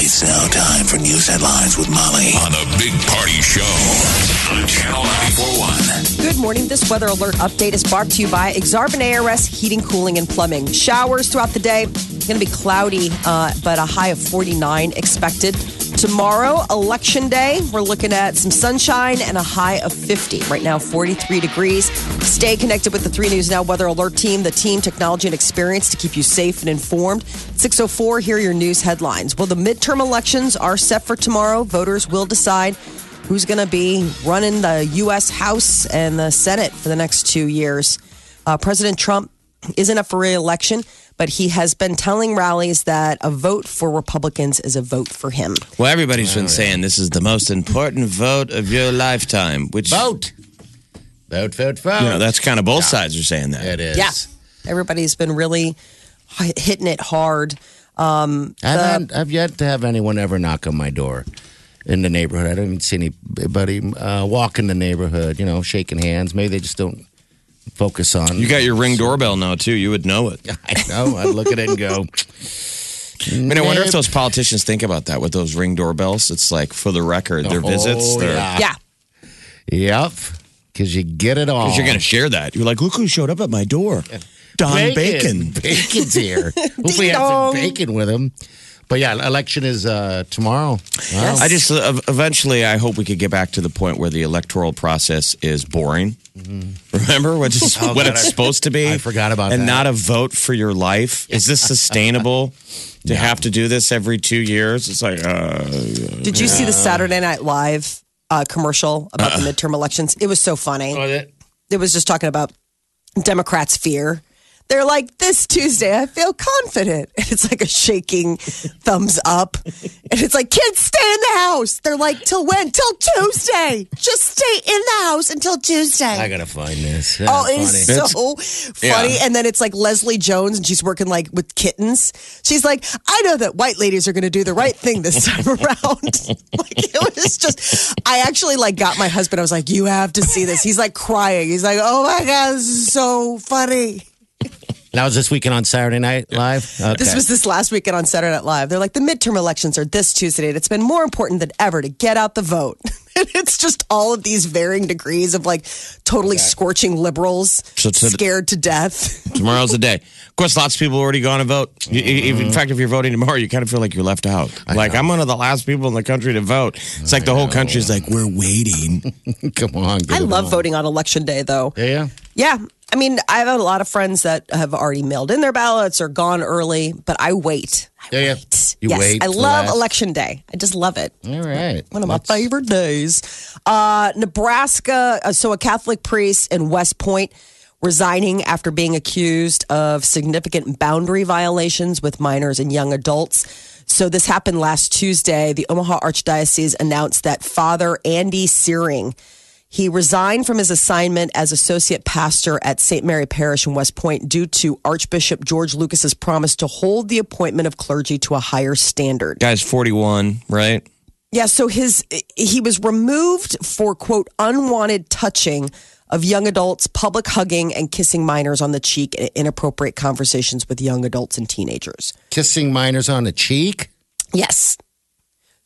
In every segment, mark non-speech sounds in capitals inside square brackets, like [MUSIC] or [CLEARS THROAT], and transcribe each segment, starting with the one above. It's now time for news headlines with Molly on a big party show on Channel 941. Good morning. This weather alert update is brought to you by Exarban ARS Heating, Cooling, and Plumbing. Showers throughout the day. Going to be cloudy, uh, but a high of 49 expected. Tomorrow, election day, we're looking at some sunshine and a high of 50. Right now, 43 degrees. Stay connected with the 3 News Now Weather Alert team, the team, technology, and experience to keep you safe and informed. 604, here are your news headlines. Well, the midterm elections are set for tomorrow. Voters will decide who's going to be running the U.S. House and the Senate for the next two years. Uh, President Trump isn't up for re-election, but he has been telling rallies that a vote for Republicans is a vote for him. Well, everybody's Oh, been saying this is the most important vote of your lifetime, which Vote. Vote, vote, vote. you know that's kind of both sides are saying that. it is. Yeah, everybody's been really hi- hitting it hard. Um, I've, had, I've yet to have anyone ever knock on my door in the neighborhood. I don't even see anybody uh, walk in the neighborhood, you know, shaking hands. Maybe they just don't focus on. You got your ring doorbell now too. You would know it. I know. I look at it and go. I mean, I wonder if those politicians think about that with those ring doorbells. It's like for the record, their visits. Oh, They're, yeah. Yeah, Yep. Because you get it all. You're going to share that. You're like, look who showed up at my door, Don Bacon. [LAUGHS] Bacon's here. Hopefully, he Ding has dong. some bacon with him. But yeah, election is uh, tomorrow. Wow. I just ev- eventually, I hope we could get back to the point where the electoral process is boring. Remember what, it's- Oh, what God, it's I- supposed to be? I forgot about and that. not a vote for your life. Is this [LAUGHS] sustainable to have to do this every two years? It's like, uh, did you see the Saturday Night Live uh, commercial about the midterm elections? It was so funny. Oh, that- it was just talking about Democrats' fear. They're like, this Tuesday, I feel confident. [LAUGHS] And it's like a shaking [LAUGHS] thumbs up. And it's like, kids, stay in the house. They're like, till when? Till Tuesday. Just stay in the house until Tuesday. I gotta find this. Oh, That's it is funny. so funny. And then it's like Leslie Jones, and she's working like with kittens. She's like, I know that white ladies are going to do the right thing this time around. [LAUGHS] like it was just, I actually like got my husband. I was like, you have to see this. He's like crying. He's like, oh my god, this is so funny. That was this weekend on Saturday Night Live. Okay. [LAUGHS] This was this last weekend on Saturday Night Live. They're like, the midterm elections are this Tuesday. And it's been more important than ever to get out the vote. [LAUGHS] And it's just all of these varying degrees of like totally scorching liberals So to- scared to death. tomorrow's the day. Of course, lots of people already gone to vote. You- you- Mm-hmm. if- in fact, if you're voting tomorrow, you kind of feel like you're left out. like, I'm one of the last people in the country to vote. It's like the whole country's like, we're [LAUGHS] waiting. [LAUGHS] Come on, I get it love on. voting on election day, though. Yeah, Yeah. I mean, I have a lot of friends that have already mailed in their ballots or gone early, but I wait. I Yeah, yeah. wait. You yes, wait I till love last- election day. I just love it. all right. One of my favorite days. Uh, Nebraska. uh, So, a Catholic priest in West Point resigning after being accused of significant boundary violations with minors and young adults. So, this happened last Tuesday. The Omaha Archdiocese announced that Father Andy Searing. He resigned from his assignment as associate pastor at St. Mary Parish in West Point due to Archbishop George Lucas's promise to hold the appointment of clergy to a higher standard. Guy's 41, right? Yeah, so his he was removed for quote unwanted touching of young adults, public hugging and kissing minors on the cheek and inappropriate conversations with young adults and teenagers. Kissing minors on the cheek. Yes.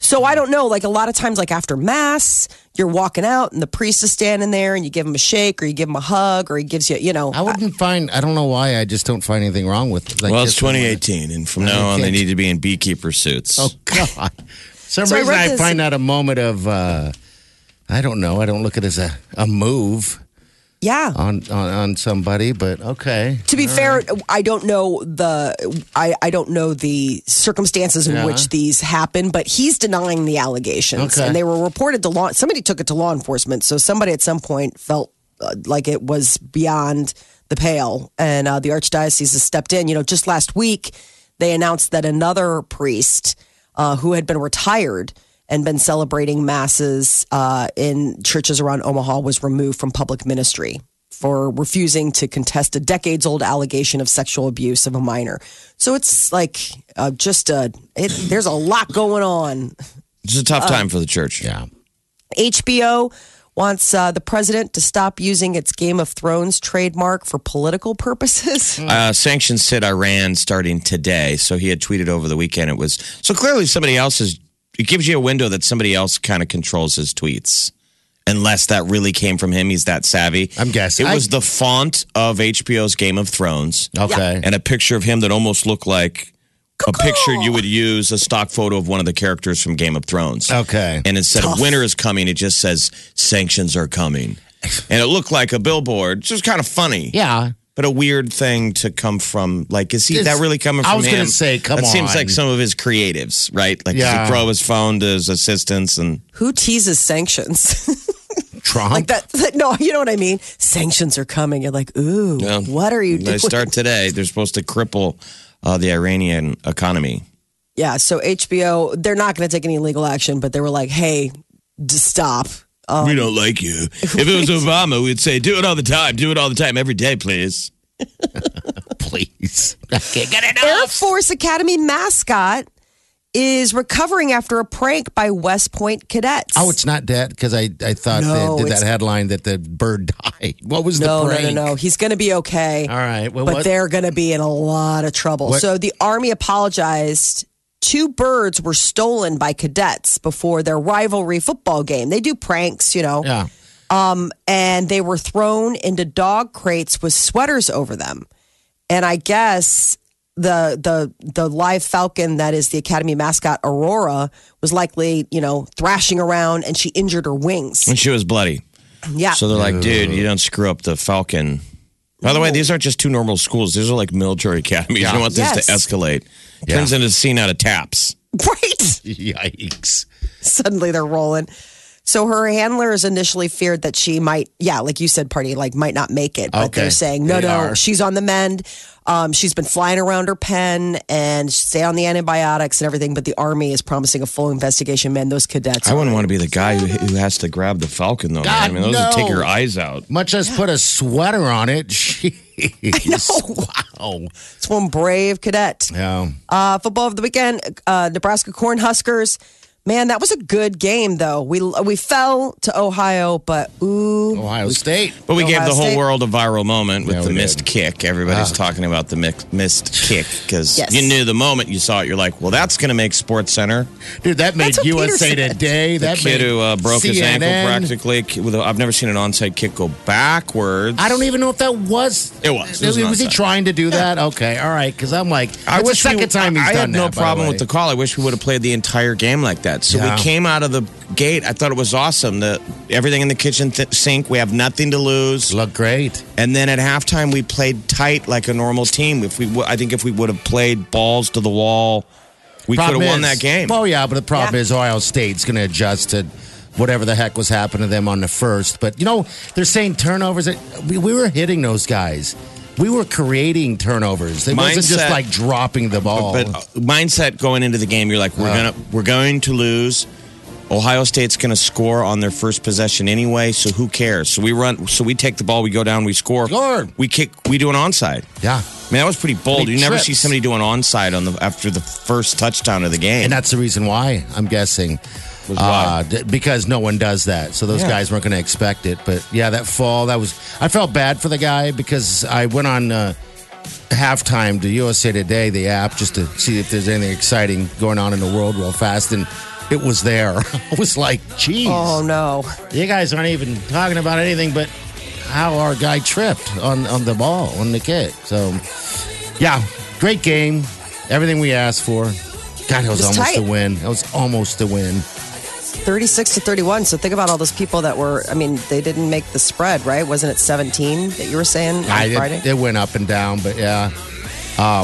So I don't know, like a lot of times like after mass, you're walking out and the priest is standing there and you give him a shake or you give him a hug or he gives you, you know, I wouldn't find. I don't know why. I just don't find anything wrong with. Like, well, it's kissing 2018, and from now on, they can't- need to be in beekeeper suits. minors. [LAUGHS] Oh God. Some So I reason wrote I, this- find that a moment of. uh I don't know. I don't look at it as a, a move yeah. on, on on somebody, but okay. to be fair, I don't know the I, I don't know the circumstances in Yeah. which these happen, but he's denying the allegations, Okay. and they were reported to law. Somebody took it to law enforcement, so somebody at some point felt uh, like it was beyond the pale, and uh, the archdiocese has stepped in. You know, just last week they announced that another priest uh, who had been retired and been celebrating masses uh, in churches around Omaha was removed from public ministry for refusing to contest a decades old allegation of sexual abuse of a minor. So it's like uh, just a, it, there's a lot going on. It's a Oh. tough time for the church. Yeah. HBO wants uh, the president to stop using its Game of Thrones trademark for political purposes. [LAUGHS] Uh, sanctions hit Iran starting today. So he had tweeted over the weekend. It was so clearly somebody else's. It gives you a window that somebody else kind of controls his tweets, unless that really came from him. He's that savvy. I'm guessing. it was I- the font of HBO's Game of Thrones Okay. and a picture of him that almost looked like a picture you would use a stock photo of one of the characters from Game of Thrones. Okay. And instead of winter is coming, it just says sanctions are coming. And it looked like a billboard. It's just kind of funny. yeah. But a weird thing to come from, like, is he It's- that really coming from I was him? gonna say, come That seems on. like some of his creatives, right? Like, does Yeah. he throw his phone to his assistants [LAUGHS] and Who teases sanctions? [LAUGHS] Trump. like that, that- No, you know what I mean. Sanctions are coming. You're like, ooh, Yeah. what are you they doing? start today? They're supposed to cripple uh, the Iranian economy. [LAUGHS] yeah. So HBO, they're not going to take any legal action, but they were like, hey, just stop. Um, we don't like you. If it [LAUGHS] was Obama, we'd say, do it all the time, do it all the time, every day, please. Please. [LAUGHS] I can't get it Air Force Academy mascot is recovering after a prank by West Point cadets. Oh, it's not dead because I, I thought No, that, did it's- that headline that the bird [LAUGHS] died. What was no, the no, prank? no, no. He's going to be okay. All right. Well, but what? they're going to be in a lot of trouble. What- So the army apologized. Two birds were stolen by cadets before their rivalry football game. They do pranks, you know, yeah. and they were thrown into dog crates with sweaters over them. And I guess the the the live falcon that is the academy mascot Aurora was likely, you know, thrashing around and she injured her wings. And she was bloody. Ah. Yeah. So they're like, dude, you don't screw up the Falcon. By the way, these aren't just two normal schools. These are like military academies. You don't want Yes. this to escalate. Turns into a scene out of taps. [LAUGHS] right. Yikes. suddenly they're rolling. So her handlers initially feared that she might, yeah, like you said, party, like might not make it. But Okay. they're saying, no, They no, are. she's on the mend. Um, she's been flying around her pen and stay on the antibiotics and everything. But the army is promising a full investigation. Man, those cadets. I wouldn't want to be the guy who, who has to grab the Falcon, though. man. I God, mean, those would take no. your eyes out. Much as put a sweater on it. [LAUGHS] Jeez. Wow. It's one brave cadet. Yeah. Uh, football of the weekend, uh, Nebraska Cornhuskers. Man, that was a good game, though. We we fell to Ohio, but ooh, Ohio State. But we gave Ohio the whole State. world a viral moment with Yeah, the we missed kick. Everybody's talking about the mi- missed kick because Yes. you knew the moment you saw it, you're like, well, that's going to make Sports Center. Dude, that made That's what Peter USA said. Today. The that kid made who uh, broke his ankle CNN. practically. ki- With a, I've never seen an onside kick go backwards. I don't even know if that was. It was. It was was, an he onside. trying to do that? Okay, all right. Because I'm like, I it's the wish we- second time he's I done had no that, by problem the with the call. I wish we would have played the entire game like that. So Yeah. we came out of the gate. I thought it was awesome. The everything in the kitchen th- sink. We have nothing to lose. Look great. And then at halftime, we played tight like a normal team. If we, w- I think, if we would have played balls to the wall, we could have Problem won is- that game. Oh yeah, but the problem Yeah. is Ohio State's going to adjust to whatever the heck was happening to them on the first. But you know, they're saying turnovers. We, we were hitting those guys. We were creating turnovers. It wasn't Mindset. just like dropping the ball. But uh, mindset going into the game, you're like, we're gonna we're going to lose. Ohio State's gonna score on their first possession anyway, so who cares? So we run, so we take the ball, we go down, we score, Score. we kick, we do an onside. yeah, I mean, that was pretty bold. Pretty you never trips. see somebody do an onside on the after the first touchdown of the game. and that's the reason why I'm guessing. Was why? d- because no one does that, so those Yeah. guys weren't going to expect it. But yeah, that fall, that was. I felt bad for the guy because I went on uh, halftime to USA Today, the app, just to see if there's anything exciting going on in the world real fast, and it was there. [LAUGHS] I was like, "Geez, oh no, you guys aren't even talking about anything but how our guy tripped on on the ball on the kick." So, yeah, great game, everything we asked for. God, that was, It was almost tight. the win. That was almost the win. 36 to 31. So think about all those people that were, I mean, they didn't make the spread, right? Wasn't it 17 that you were saying on I, Friday? it, it went up and down, but yeah,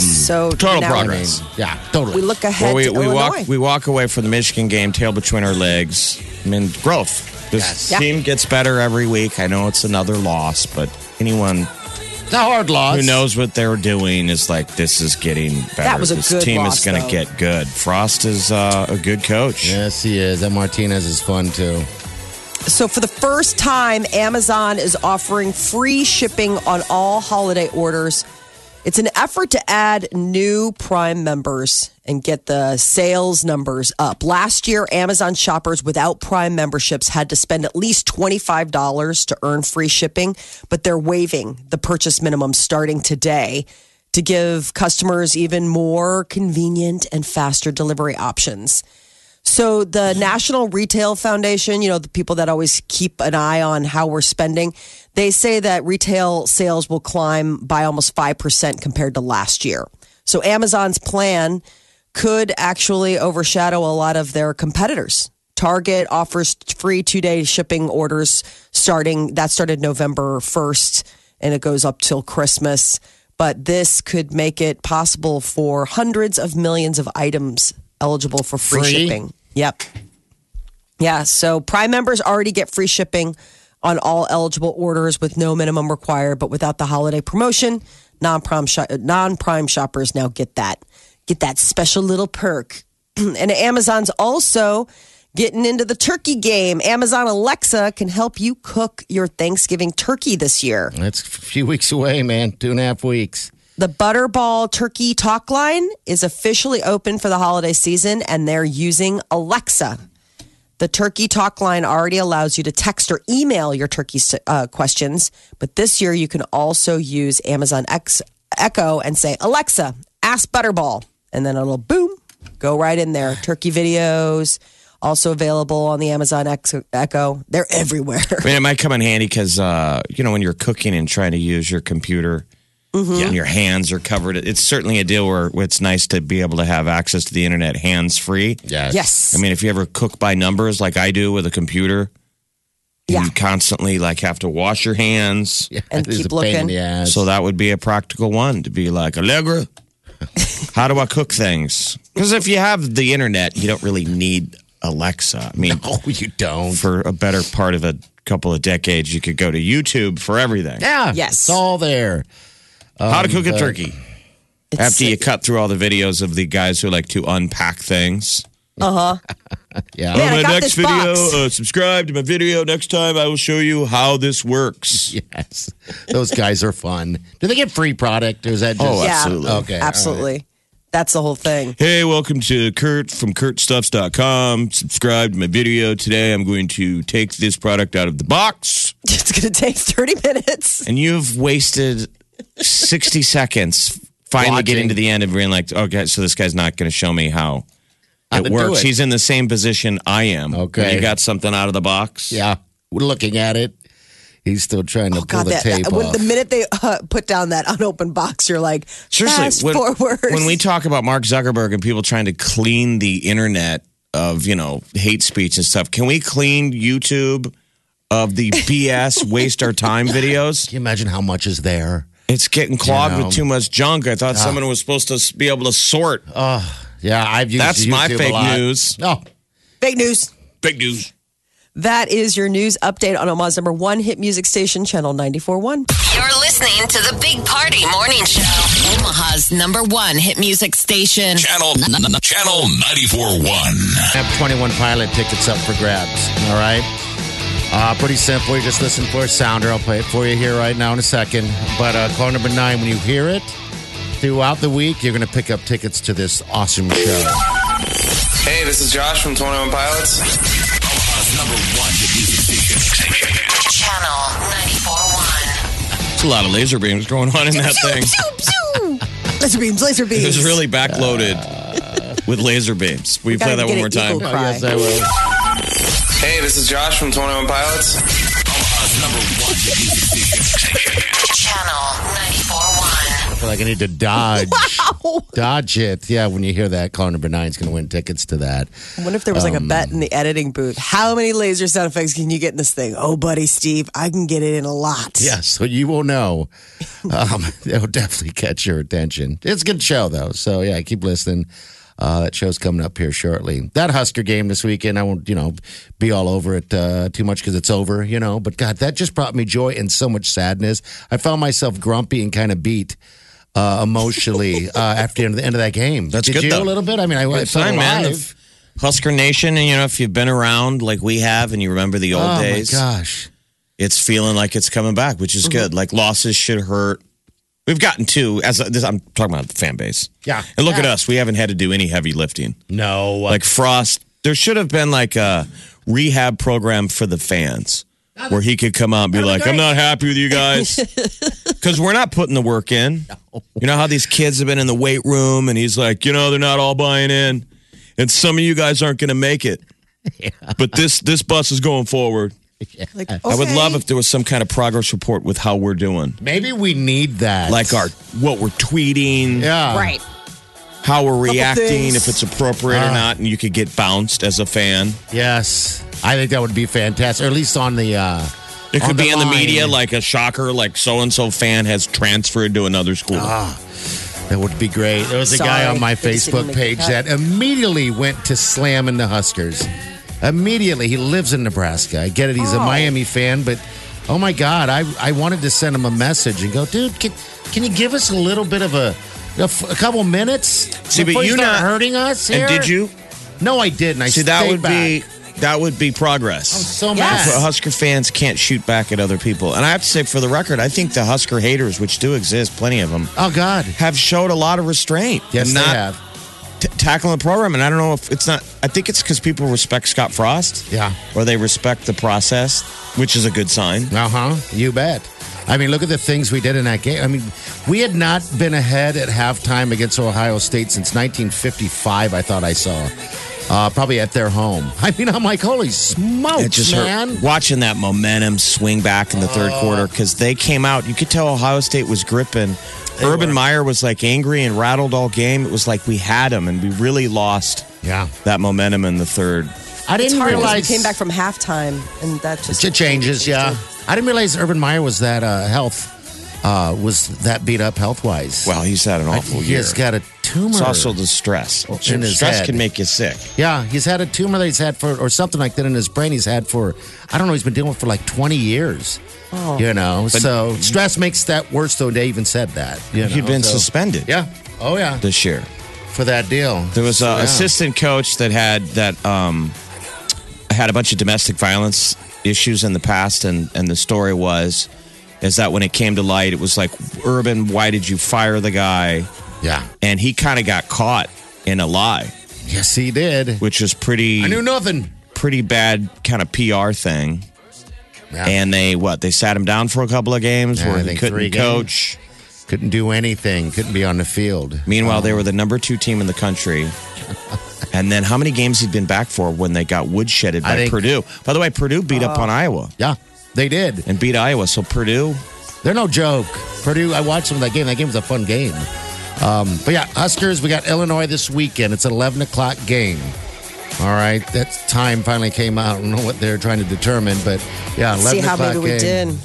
so Total now I mean, progress. yeah, totally. We look ahead Well, we, to we Illinois. walk we walk away from the Michigan game, tail between our legs. I mean, growth. This Yes. Yeah. team gets better every week. I know it's another loss, but anyone The hard loss. who knows what they're doing is like this is getting better. That was a this good team loss, is going though. to get good. Frost is uh, a good coach. Yes, he is. That Martinez is fun too. So, for the first time, Amazon is offering free shipping on all holiday orders. It's an effort to add new Prime members and get the sales numbers up. Last year, Amazon shoppers without Prime memberships had to spend at least $25 to earn free shipping, but they're waiving the purchase minimum starting today to give customers even more convenient and faster delivery options. So the National Retail Foundation, you know, the people that always keep an eye on how we're spending, they say that retail sales will climb by almost 5% compared to last year. So Amazon's plan could actually overshadow a lot of their competitors. Target offers free 2-day shipping orders starting that started November 1st and it goes up till Christmas, but this could make it possible for hundreds of millions of items eligible for free, Free? shipping. Yep. Yeah, so Prime members already get free shipping on all eligible orders with no minimum required, but without the holiday promotion, non-prime sho- non-prime shoppers now get that get that special little perk. [CLEARS THROAT] and Amazon's also getting into the turkey game. Amazon Alexa can help you cook your Thanksgiving turkey this year. That's a few weeks away, man. Two and a half weeks. The Butterball Turkey Talk Line is officially open for the holiday season, and they're using Alexa. The Turkey Talk Line already allows you to text or email your turkey uh, questions, but this year you can also use Amazon X- Echo and say, Alexa, ask Butterball. And then it'll boom, go right in there. Turkey videos also available on the Amazon Ex- Echo. They're everywhere. I mean, it might come in handy because uh, you know when you're cooking and trying to use your computer. Mm-hmm. And your hands are covered. It's certainly a deal where it's nice to be able to have access to the internet hands free. Yes. yes. I mean, if you ever cook by numbers like I do with a computer, Yeah. you constantly like have to wash your hands. And It is keep a pain in looking. the ass. So that would be a practical one to be like, Allegra, [LAUGHS] how do I cook things? Because if you have the internet, you don't really need Alexa. I mean, [LAUGHS] oh, you don't. for a better part of a couple of decades, you could go to YouTube for everything. yeah. Yes. It's all there. how to cook a turkey. It's- After you cut through all the videos of the guys who like to unpack things. Yeah. Man, I my got next this video, box. uh, subscribe to my video. Next time, I will show you how this works. Yes. Those guys are fun. Do they get free product? Or is that just. Oh, Yeah. absolutely. Okay. all right. Absolutely. That's the whole thing. Hey, welcome to Kurt from KurtStuffs.com. Subscribe to my video. Today I'm going to take this product out of the box. [LAUGHS] It's going to take 30 minutes. And you've wasted [LAUGHS] 60 seconds finally Watching. getting to the end and being like, okay, so this guy's not going to show me how How to it do works. it. He's in the same position I am. Okay. When You got something out of the box? Yeah. We're looking at it. He's still trying to pull the Oh, that, tape that- when, off. the minute they uh, put down that unopened box, you're like, Seriously, fast when, forward. when we talk about Mark Zuckerberg and people trying to clean the internet of, you know, hate speech and stuff, can we clean YouTube [LAUGHS] of the BS waste our time videos? Can you imagine how much is there? It's getting clogged You know. with too much junk. I Ah. thought someone was supposed to s- be able to sort. Oh. Yeah, I've used That's my YouTube a fake lot. news. No. [LAUGHS] Fake news. Big news. That is your news update on Omaha's number one hit music station, Channel 94.1. You're listening to the Big Party Morning Show. Omaha's number one hit music station. Channel Channel 94.1. I have 21 pilot tickets up for grabs. All right. Uh, pretty simple. You just listen for a sounder. I'll play it for you here right now in a second. But uh, call number nine when you hear it. Throughout the week, you're going to pick up tickets to this awesome show. Hey, this is Josh from 21 Pilots. Channel 94.1. It's a lot of laser beams going on in [LAUGHS] [LAUGHS] that thing. Laser beams, laser beams. It was really backloaded with laser beams. Will you play Uh. gotta that get one more an time? eagle. Oh, [LAUGHS] yes, I will. Hey, this is Josh from 21 Pilots. Channel 94.1. I feel like I need to dodge. [LAUGHS] Dodge it. Yeah, when you hear that, call number nine is going to win tickets to that. I wonder if there was like a Um, bet in the editing booth. How many laser sound effects can you get in this thing? Oh, buddy, Steve, I can get it in a lot. Yeah, so you will know. [LAUGHS] Um, it'll definitely catch your attention. It's a good show, though. So, yeah, keep listening. Uh, that show's coming up here shortly. That Husker game this weekend, I won't, you know, be all over it uh, too much because it's over, you know. But God, that just brought me joy and so much sadness. I found myself grumpy and kind of beat uh, [LAUGHS] emotionally uh, after the end, of the end of that game. That's Did good, you though. a little bit? I mean, I, I Good felt sign, man. alive. If Husker Nation, and you know, if you've been around like we have and you remember the old oh days, my gosh. it's feeling like it's coming back, which is Mm-hmm. good. Like losses should hurt. We've gotten to as this, I'm talking about the fan base. Yeah. and look at us. We haven't had to do any heavy lifting. No. Like Frost, there should have been like a rehab program for the fans where he could come out and be like, "I'm not happy with you guys [LAUGHS] because we're not putting the work in." You know how these kids have been in the weight room, and he's like, "You know, they're not all buying in, and some of you guys aren't going to make [LAUGHS] it." But this this bus is going forward. Like, I would love if there was some kind of progress report with how we're doing. Maybe we need that. Like our what we're tweeting, Yeah. Right. how we're reacting, things. if it's appropriate or Ah. not, and you could get bounced as a fan. Yes. I think that would be fantastic. Or at least on the. Uh, It could on be in the line. media like a shocker, like so and so fan has transferred to another school. Ah. That would be great. There was a guy Sorry, on my couldn't see Facebook him page make it that immediately went to slamming the Huskers. Immediately, he lives in Nebraska. I get it; Oh. he's a Miami fan, but oh my God, I I wanted to send him a message and go, dude, can, can you give us a little bit of a a, f- a couple minutes See, but before you start not- hurting us? and here?" did you No, I didn't. I see that stayed would back. Oh, be that would be I was progress. so Yes. But mad. Husker fans can't shoot back at other people, and I have to say, for the record, I think the Husker haters, which do exist, plenty of them, Oh God, have showed a lot of restraint. yes, and they not have. t- tackling the program. And I don't know if it's not, I think it's because people respect Scott Frost. Yeah. Or they respect the process, which is a good sign. Uh huh. You bet. I mean, look at the things we did in that game. I mean, we had not been ahead at halftime against Ohio State since 1955. I thought I saw, uh, probably at their home. [LAUGHS] I mean, I'm like, holy smokes, It just man! hurt watching that momentum swing back in the third Uh. quarter because they came out. You could tell Ohio State was gripping. Urban Meyer was like angry and rattled all game. It was like we had him and we really lost Yeah, that momentum in the third. I It's didn't hard because we realize came back from halftime, and that just it changes. Yeah, I didn't realize Urban Meyer was that uh, health uh, was that beat up health wise. Well, he's had an awful he year. has got a tumor. it's also the stress. In his stress head. can make you sick. Yeah, he's had a tumor that he's had for, or something like that in his brain. He's had for, I don't know, he's been dealing with it for like 20 years. You know, so stress makes that worse, though. They even said that. You know? He'd been so- suspended Yeah. Oh, yeah. this year. For that deal. There was uh, an Yeah. assistant coach that had that um, had a bunch of domestic violence issues in the past, and and the story was is that when it came to light, it was like Urban, why did you fire the guy? Yeah. And he kind of got caught in a lie, Yes, he did. which is pretty I knew nothing. pretty bad kind of PR thing. Yeah. And they what they sat him down for a couple of games Yeah, I where he think three couldn't games. coach. couldn't do anything, couldn't be on the field. Meanwhile, they were the number two team in the [LAUGHS] country. And then how many games he'd been back for when they got woodshedded by I think- Purdue? By the way, Purdue beat up Uh, on Iowa Yeah, they did. and beat Iowa. So Purdue, They're no joke. Purdue, I watched some of that game. That game was a fun game. Um, but yeah, Huskers, we got Illinois this weekend. It's an 11 o'clock game. All right, that time finally came out. I don't know what they're trying to determine, but yeah, 11 See how o'clock maybe we game. did.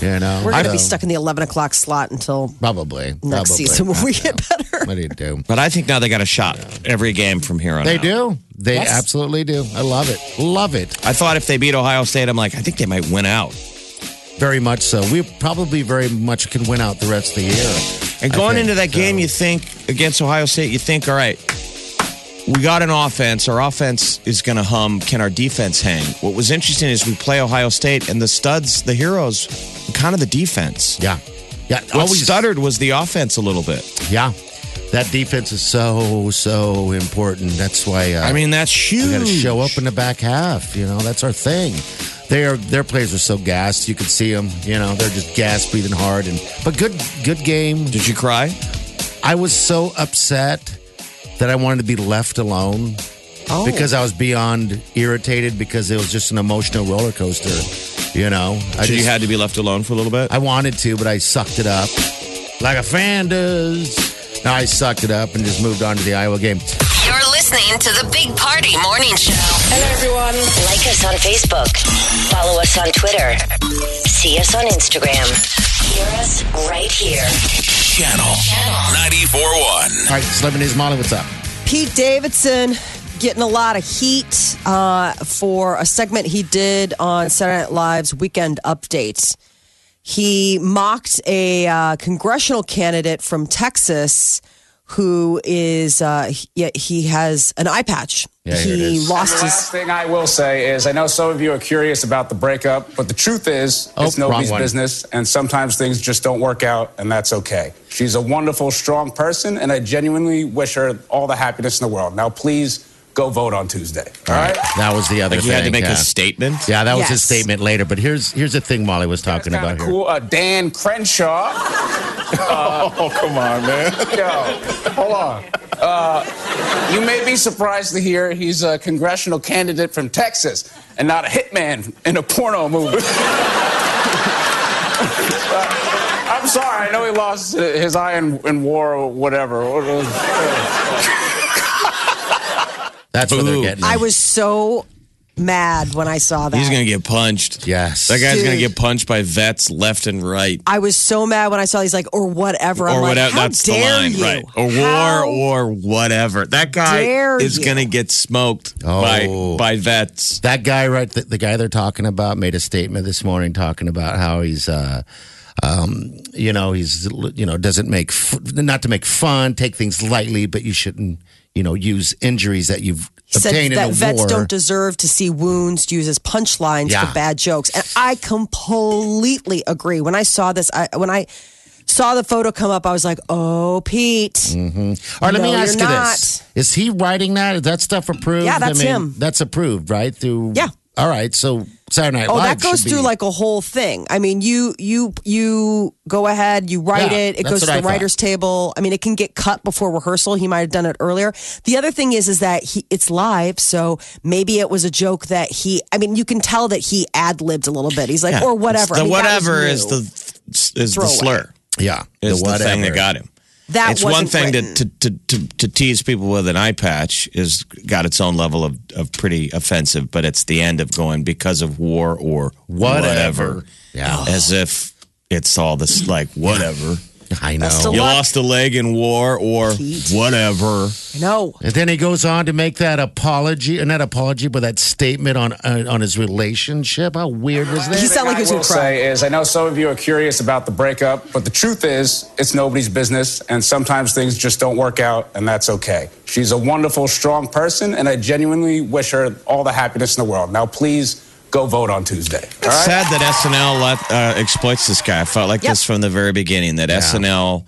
You know, We're gonna so- be stuck in the eleven o'clock slot until Probably. probably. next season when [LAUGHS] we get better. What do you do? but I think now they got a shot every game from here on They out. do. They Yes. absolutely do. I love it. Love it. I thought if they beat Ohio State, I'm like, I think they might win out. Very much so. We probably very much can win out the rest of the year. And I going think into that so. game, you think against Ohio State, you think, all right, we got an offense. Our offense is going to hum. Can our defense hang? What was interesting is we play Ohio State, and the studs, the heroes, were kind of the defense. Yeah. Yeah. What stuttered was the offense a little bit. Yeah. That defense is so, so important. That's why uh, I mean, that's huge. we got to show up in the back half. You know, that's our thing. They are, their players are so gassed. You can see them. You know, they're just gassed, breathing hard. And But good good game. Did you cry? I was so upset that I wanted to be left alone Oh. because I was beyond irritated because it was just an emotional roller coaster. You know, I So you just- had to be left alone for a little bit? I wanted to, but I sucked it up like a fan does. No, I sucked it up and just moved on to the Iowa game. You're listening to the Big Party Morning Show. Hello, everyone. Like us on Facebook. Follow us on Twitter. See us on Instagram. Hear us right here. Channel 94.1. All right, Celebrity News Molly, what's up? Pete Davidson getting a lot of heat uh, for a segment he did on Saturday Night Live's Weekend Update. He mocked a uh, congressional candidate from Texas who is uh, he, he has an eye patch. Yeah, here it he is. lost The his last thing I will say is I know some of you are curious about the breakup, but the truth is Oh, it's nobody's wrong one. business, and sometimes things just don't work out, and that's okay. She's a wonderful, strong person, and I genuinely wish her all the happiness in the world. Now, please go vote on Tuesday. All right? That was the other Like thing. you had to make yeah. a statement. Yeah, that was his Yes. statement later. But here's here's the thing Molly was talking Kinda about here. cool. Uh, Dan Crenshaw. oh, come on, man. Yo, hold on. Uh, you may be surprised to hear he's a congressional candidate from Texas and not a hitman in a porno movie. [LAUGHS] Uh, I'm sorry. I know he lost uh, his eye in, in war or whatever. What was- That's what they're Boo. getting. I was so mad when I saw that. He's going to get punched. Yes. That guy's going to Dude. get punched by vets left and right. I was so mad when I saw he's like or whatever. I'm or like, whatever. How That's the dare line, you? right? Or war, How- or whatever. That guy dare is you. going to get smoked Oh. by by vets. That guy, right? The, the guy they're talking about made a statement this morning talking about how he's, uh, um, you know, he's, you know, doesn't make f- not to make fun, take things lightly, but you shouldn't, you know, use injuries that you've said obtained that in a vets war. don't deserve to see wounds used as punchlines Yeah. for bad jokes, and I completely agree. When I saw this, I when I saw the photo come up, I was like, "Oh, Pete, Mm-hmm. All right, let me No, ask you you're this: Is he writing that? Is that stuff approved? Yeah, that's I mean, him. That's approved, right? Through Yeah. All right, so Saturday Night oh, Live. that goes should be- through like a whole thing." I mean, you you you go ahead, you write Yeah, it. It that's goes to what the I thought. writers' table. I mean, it can get cut before rehearsal. He might have done it earlier. The other thing is, is that he it's live, so maybe it was a joke that he. I mean, you can tell that he ad libbed a little bit. He's like, Yeah. "Or whatever." It's The I mean, that was whatever new. is the is the Throwaway. slur. yeah, Is the, thing that got him. That it's one wasn't thing written. to, to, to, to, to tease people with an eye patch is got its own level of, of pretty offensive, but it's the end of going because of war or Whatever. whatever. Yeah. As if it's all this like whatever. I know. still- You Luck. lost a leg in war or whatever. No. And then he goes on to make that apology, and not apology, but that statement on uh, on his relationship. How weird was The that? He sounded like thing he was I gonna will cry. say is I know some of you are curious about the breakup, but the truth is it's nobody's business, and sometimes things just don't work out, and that's okay. She's a wonderful, strong person, and I genuinely wish her all the happiness in the world. Now, please go vote on Tuesday. All It's right? sad that SNL let, uh, exploits this guy. I felt like this from the very beginning that SNL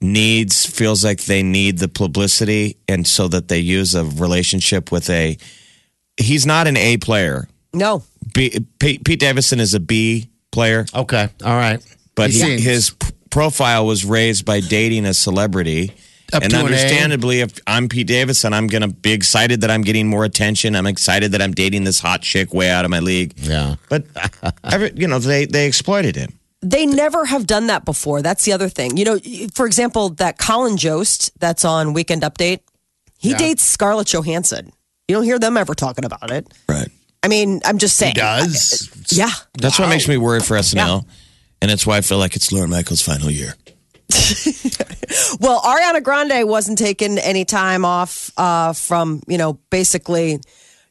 needs feels like they need the publicity, and so that they use a relationship with a. He's not an A player. No. B, Pete, Pete Davidson is a B player, Okay, all right. but He he- sings. his p- profile was raised by dating a celebrity. Up and to an A. understandably, if I'm Pete Davidson, I'm going to be excited that I'm getting more attention. I'm excited that I'm dating this hot chick way out of my league. Yeah. But, every, you know, they, they exploited him. They never have done that before. That's the other thing. You know, for example, that Colin Jost that's on Weekend Update, he dates Scarlett Johansson. You don't hear them ever talking about it. Right. I mean, I'm just saying. does. Yeah. That's what makes me worried for SNL. And that's why I feel like it's Lauren Michaels' final year. Well, Ariana Grande wasn't taking any time off uh, from, you know, basically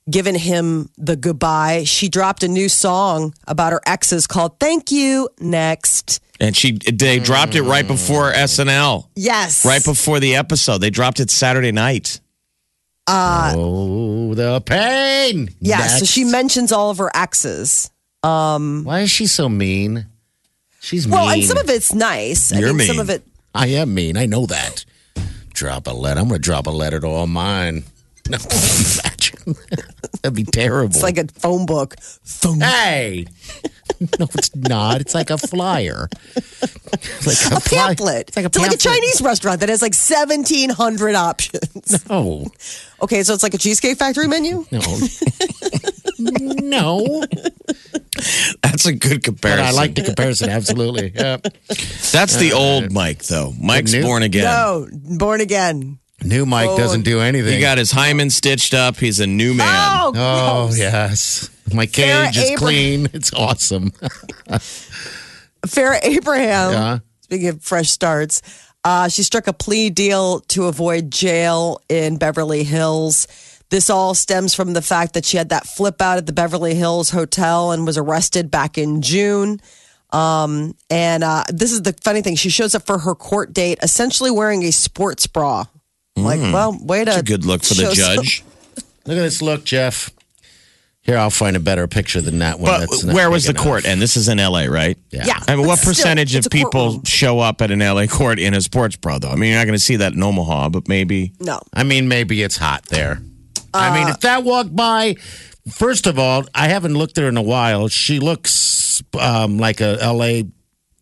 giving him the goodbye. She dropped a new song about her exes called Thank You Next. And she they dropped it right before SNL, Yes. Mm. right before the episode. They dropped it Saturday night. Oh, the pain. Uh, Yeah. So Next. she mentions all of her exes. Why is she so mean? She's mean. Well, and some of it's nice. I You're mean, some mean. of it. I am mean. I know that. Drop a letter. I'm going to drop a letter to all mine. [LAUGHS] No, imagine. [LAUGHS] That'd be terrible. It's like a phone book. Phone. hey. [LAUGHS] No, it's not. It's like a flyer. It's like A fly- pamphlet. It's like a to like a pamphlet. Chinese restaurant that has like seventeen hundred options. Oh, Okay, so it's like a cheesecake factory menu. no. [LAUGHS] no. [LAUGHS] That's a good But comparison. I like the comparison. Absolutely. Yeah. That's the old Mike, though. Mike's new- born again. No, Oh, born again. New Mike Oh, doesn't do anything. He got his hymen stitched up. He's a new man. Oh, Oh, gross. yes. My Sarah cage is Abra- clean. It's awesome. Farrah Abraham. Yeah. Speaking of fresh starts, Uh, she struck a plea deal to avoid jail in Beverly Hills. This all stems from the fact that she had that flip out at the Beverly Hills Hotel and was arrested back in June. Um, and uh, this is the funny thing. She shows up for her court date essentially wearing a sports bra. Like, well, wait It's a good look for the judge. Look at this look, Jeff. Here, I'll find a better picture than that one. But That's not where was the big court? enough. And this is in LA, right? Yeah. Yeah. I mean, but what still, percentage it's of a courtroom. people show up at an LA court in a sports bra, though? I mean, you're not going to see that in Omaha, but maybe. No. I mean, maybe it's hot there. I Uh, mean, if that walked by, first of all, I haven't looked at her in a while. She looks um, like a LA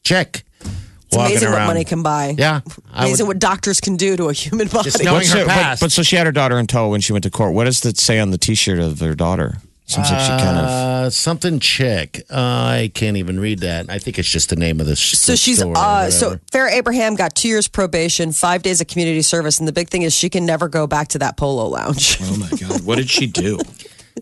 chick It's walking amazing around. what money can buy. yeah, I Amazing would, what doctors can do to a human body. Just knowing What's her her- but, past. but so she had her daughter in tow when she went to court. What does that say on the T-shirt of her daughter? Seems like she kind of. uh, something chick. Uh, I can't even read that. I think it's just the name of the. sh- So the she's store or uh, so whatever. Farrah Abraham got two years probation, five days of community service, and the big thing is she can never go back to that polo lounge. [LAUGHS] Oh my God! What did she do?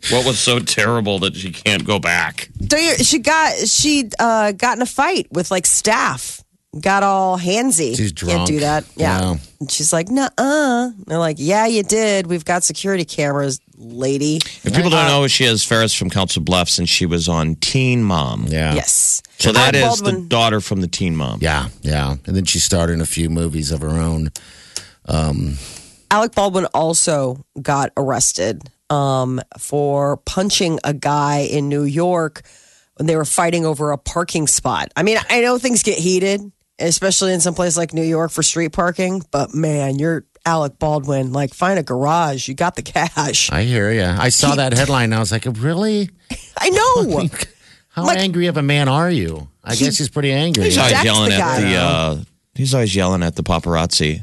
what was so terrible that she can't go back? Don't you- she got she uh, got in a fight with like staff, got all handsy. She's Can't drunk. do that. Yeah. Yeah. And she's like, nah, uh. They're like, yeah, you did. We've got security cameras, lady. If people Uh, don't know, she is Ferris from Council Bluffs, and she was on Teen Mom. Yeah. Yes. So that Alec is the Baldwin. daughter from the Teen Mom. Yeah, yeah. And then she starred in a few movies of her own. Alec Baldwin also got arrested um, for punching a guy in New York when they were fighting over a parking spot. I mean, I know things get heated, especially in some place like New York for street parking, but man, you're Alec Baldwin. Like, find a garage. You got the [LAUGHS] cash. I hear ya. I saw that headline. And I was like, really? I know. How Like- angry of a man are you? I guess he's pretty angry. He's always Jack's yelling the at guy, the. though. Uh, he's always yelling at the paparazzi.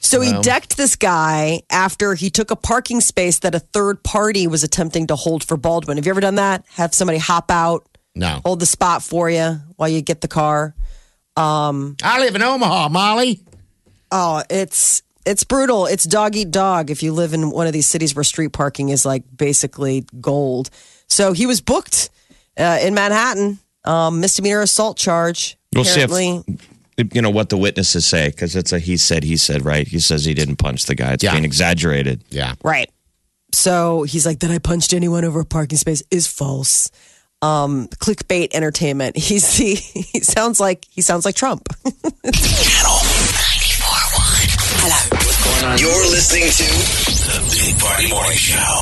So he decked this guy after he took a parking space that a third party was attempting to hold for Baldwin. Have you ever done that? Have somebody hop out, No. hold the spot for you while you get the car. I live in Omaha, Molly. Oh, it's it's brutal. It's dog eat dog if you live in one of these cities where street parking is like basically gold. So he was booked uh, in Manhattan, um, misdemeanor assault charge. We'll see if- apparently. You know what the witnesses say because it's a he said he said right. He says he didn't punch the guy. It's Yeah. being exaggerated. Yeah. Right. So he's like, that I punched anyone over a parking space is false. Um, clickbait entertainment. [LAUGHS] He's the, he sounds like, he sounds like Trump. Channel 941. Hello. You're listening to The Big Party Morning Show.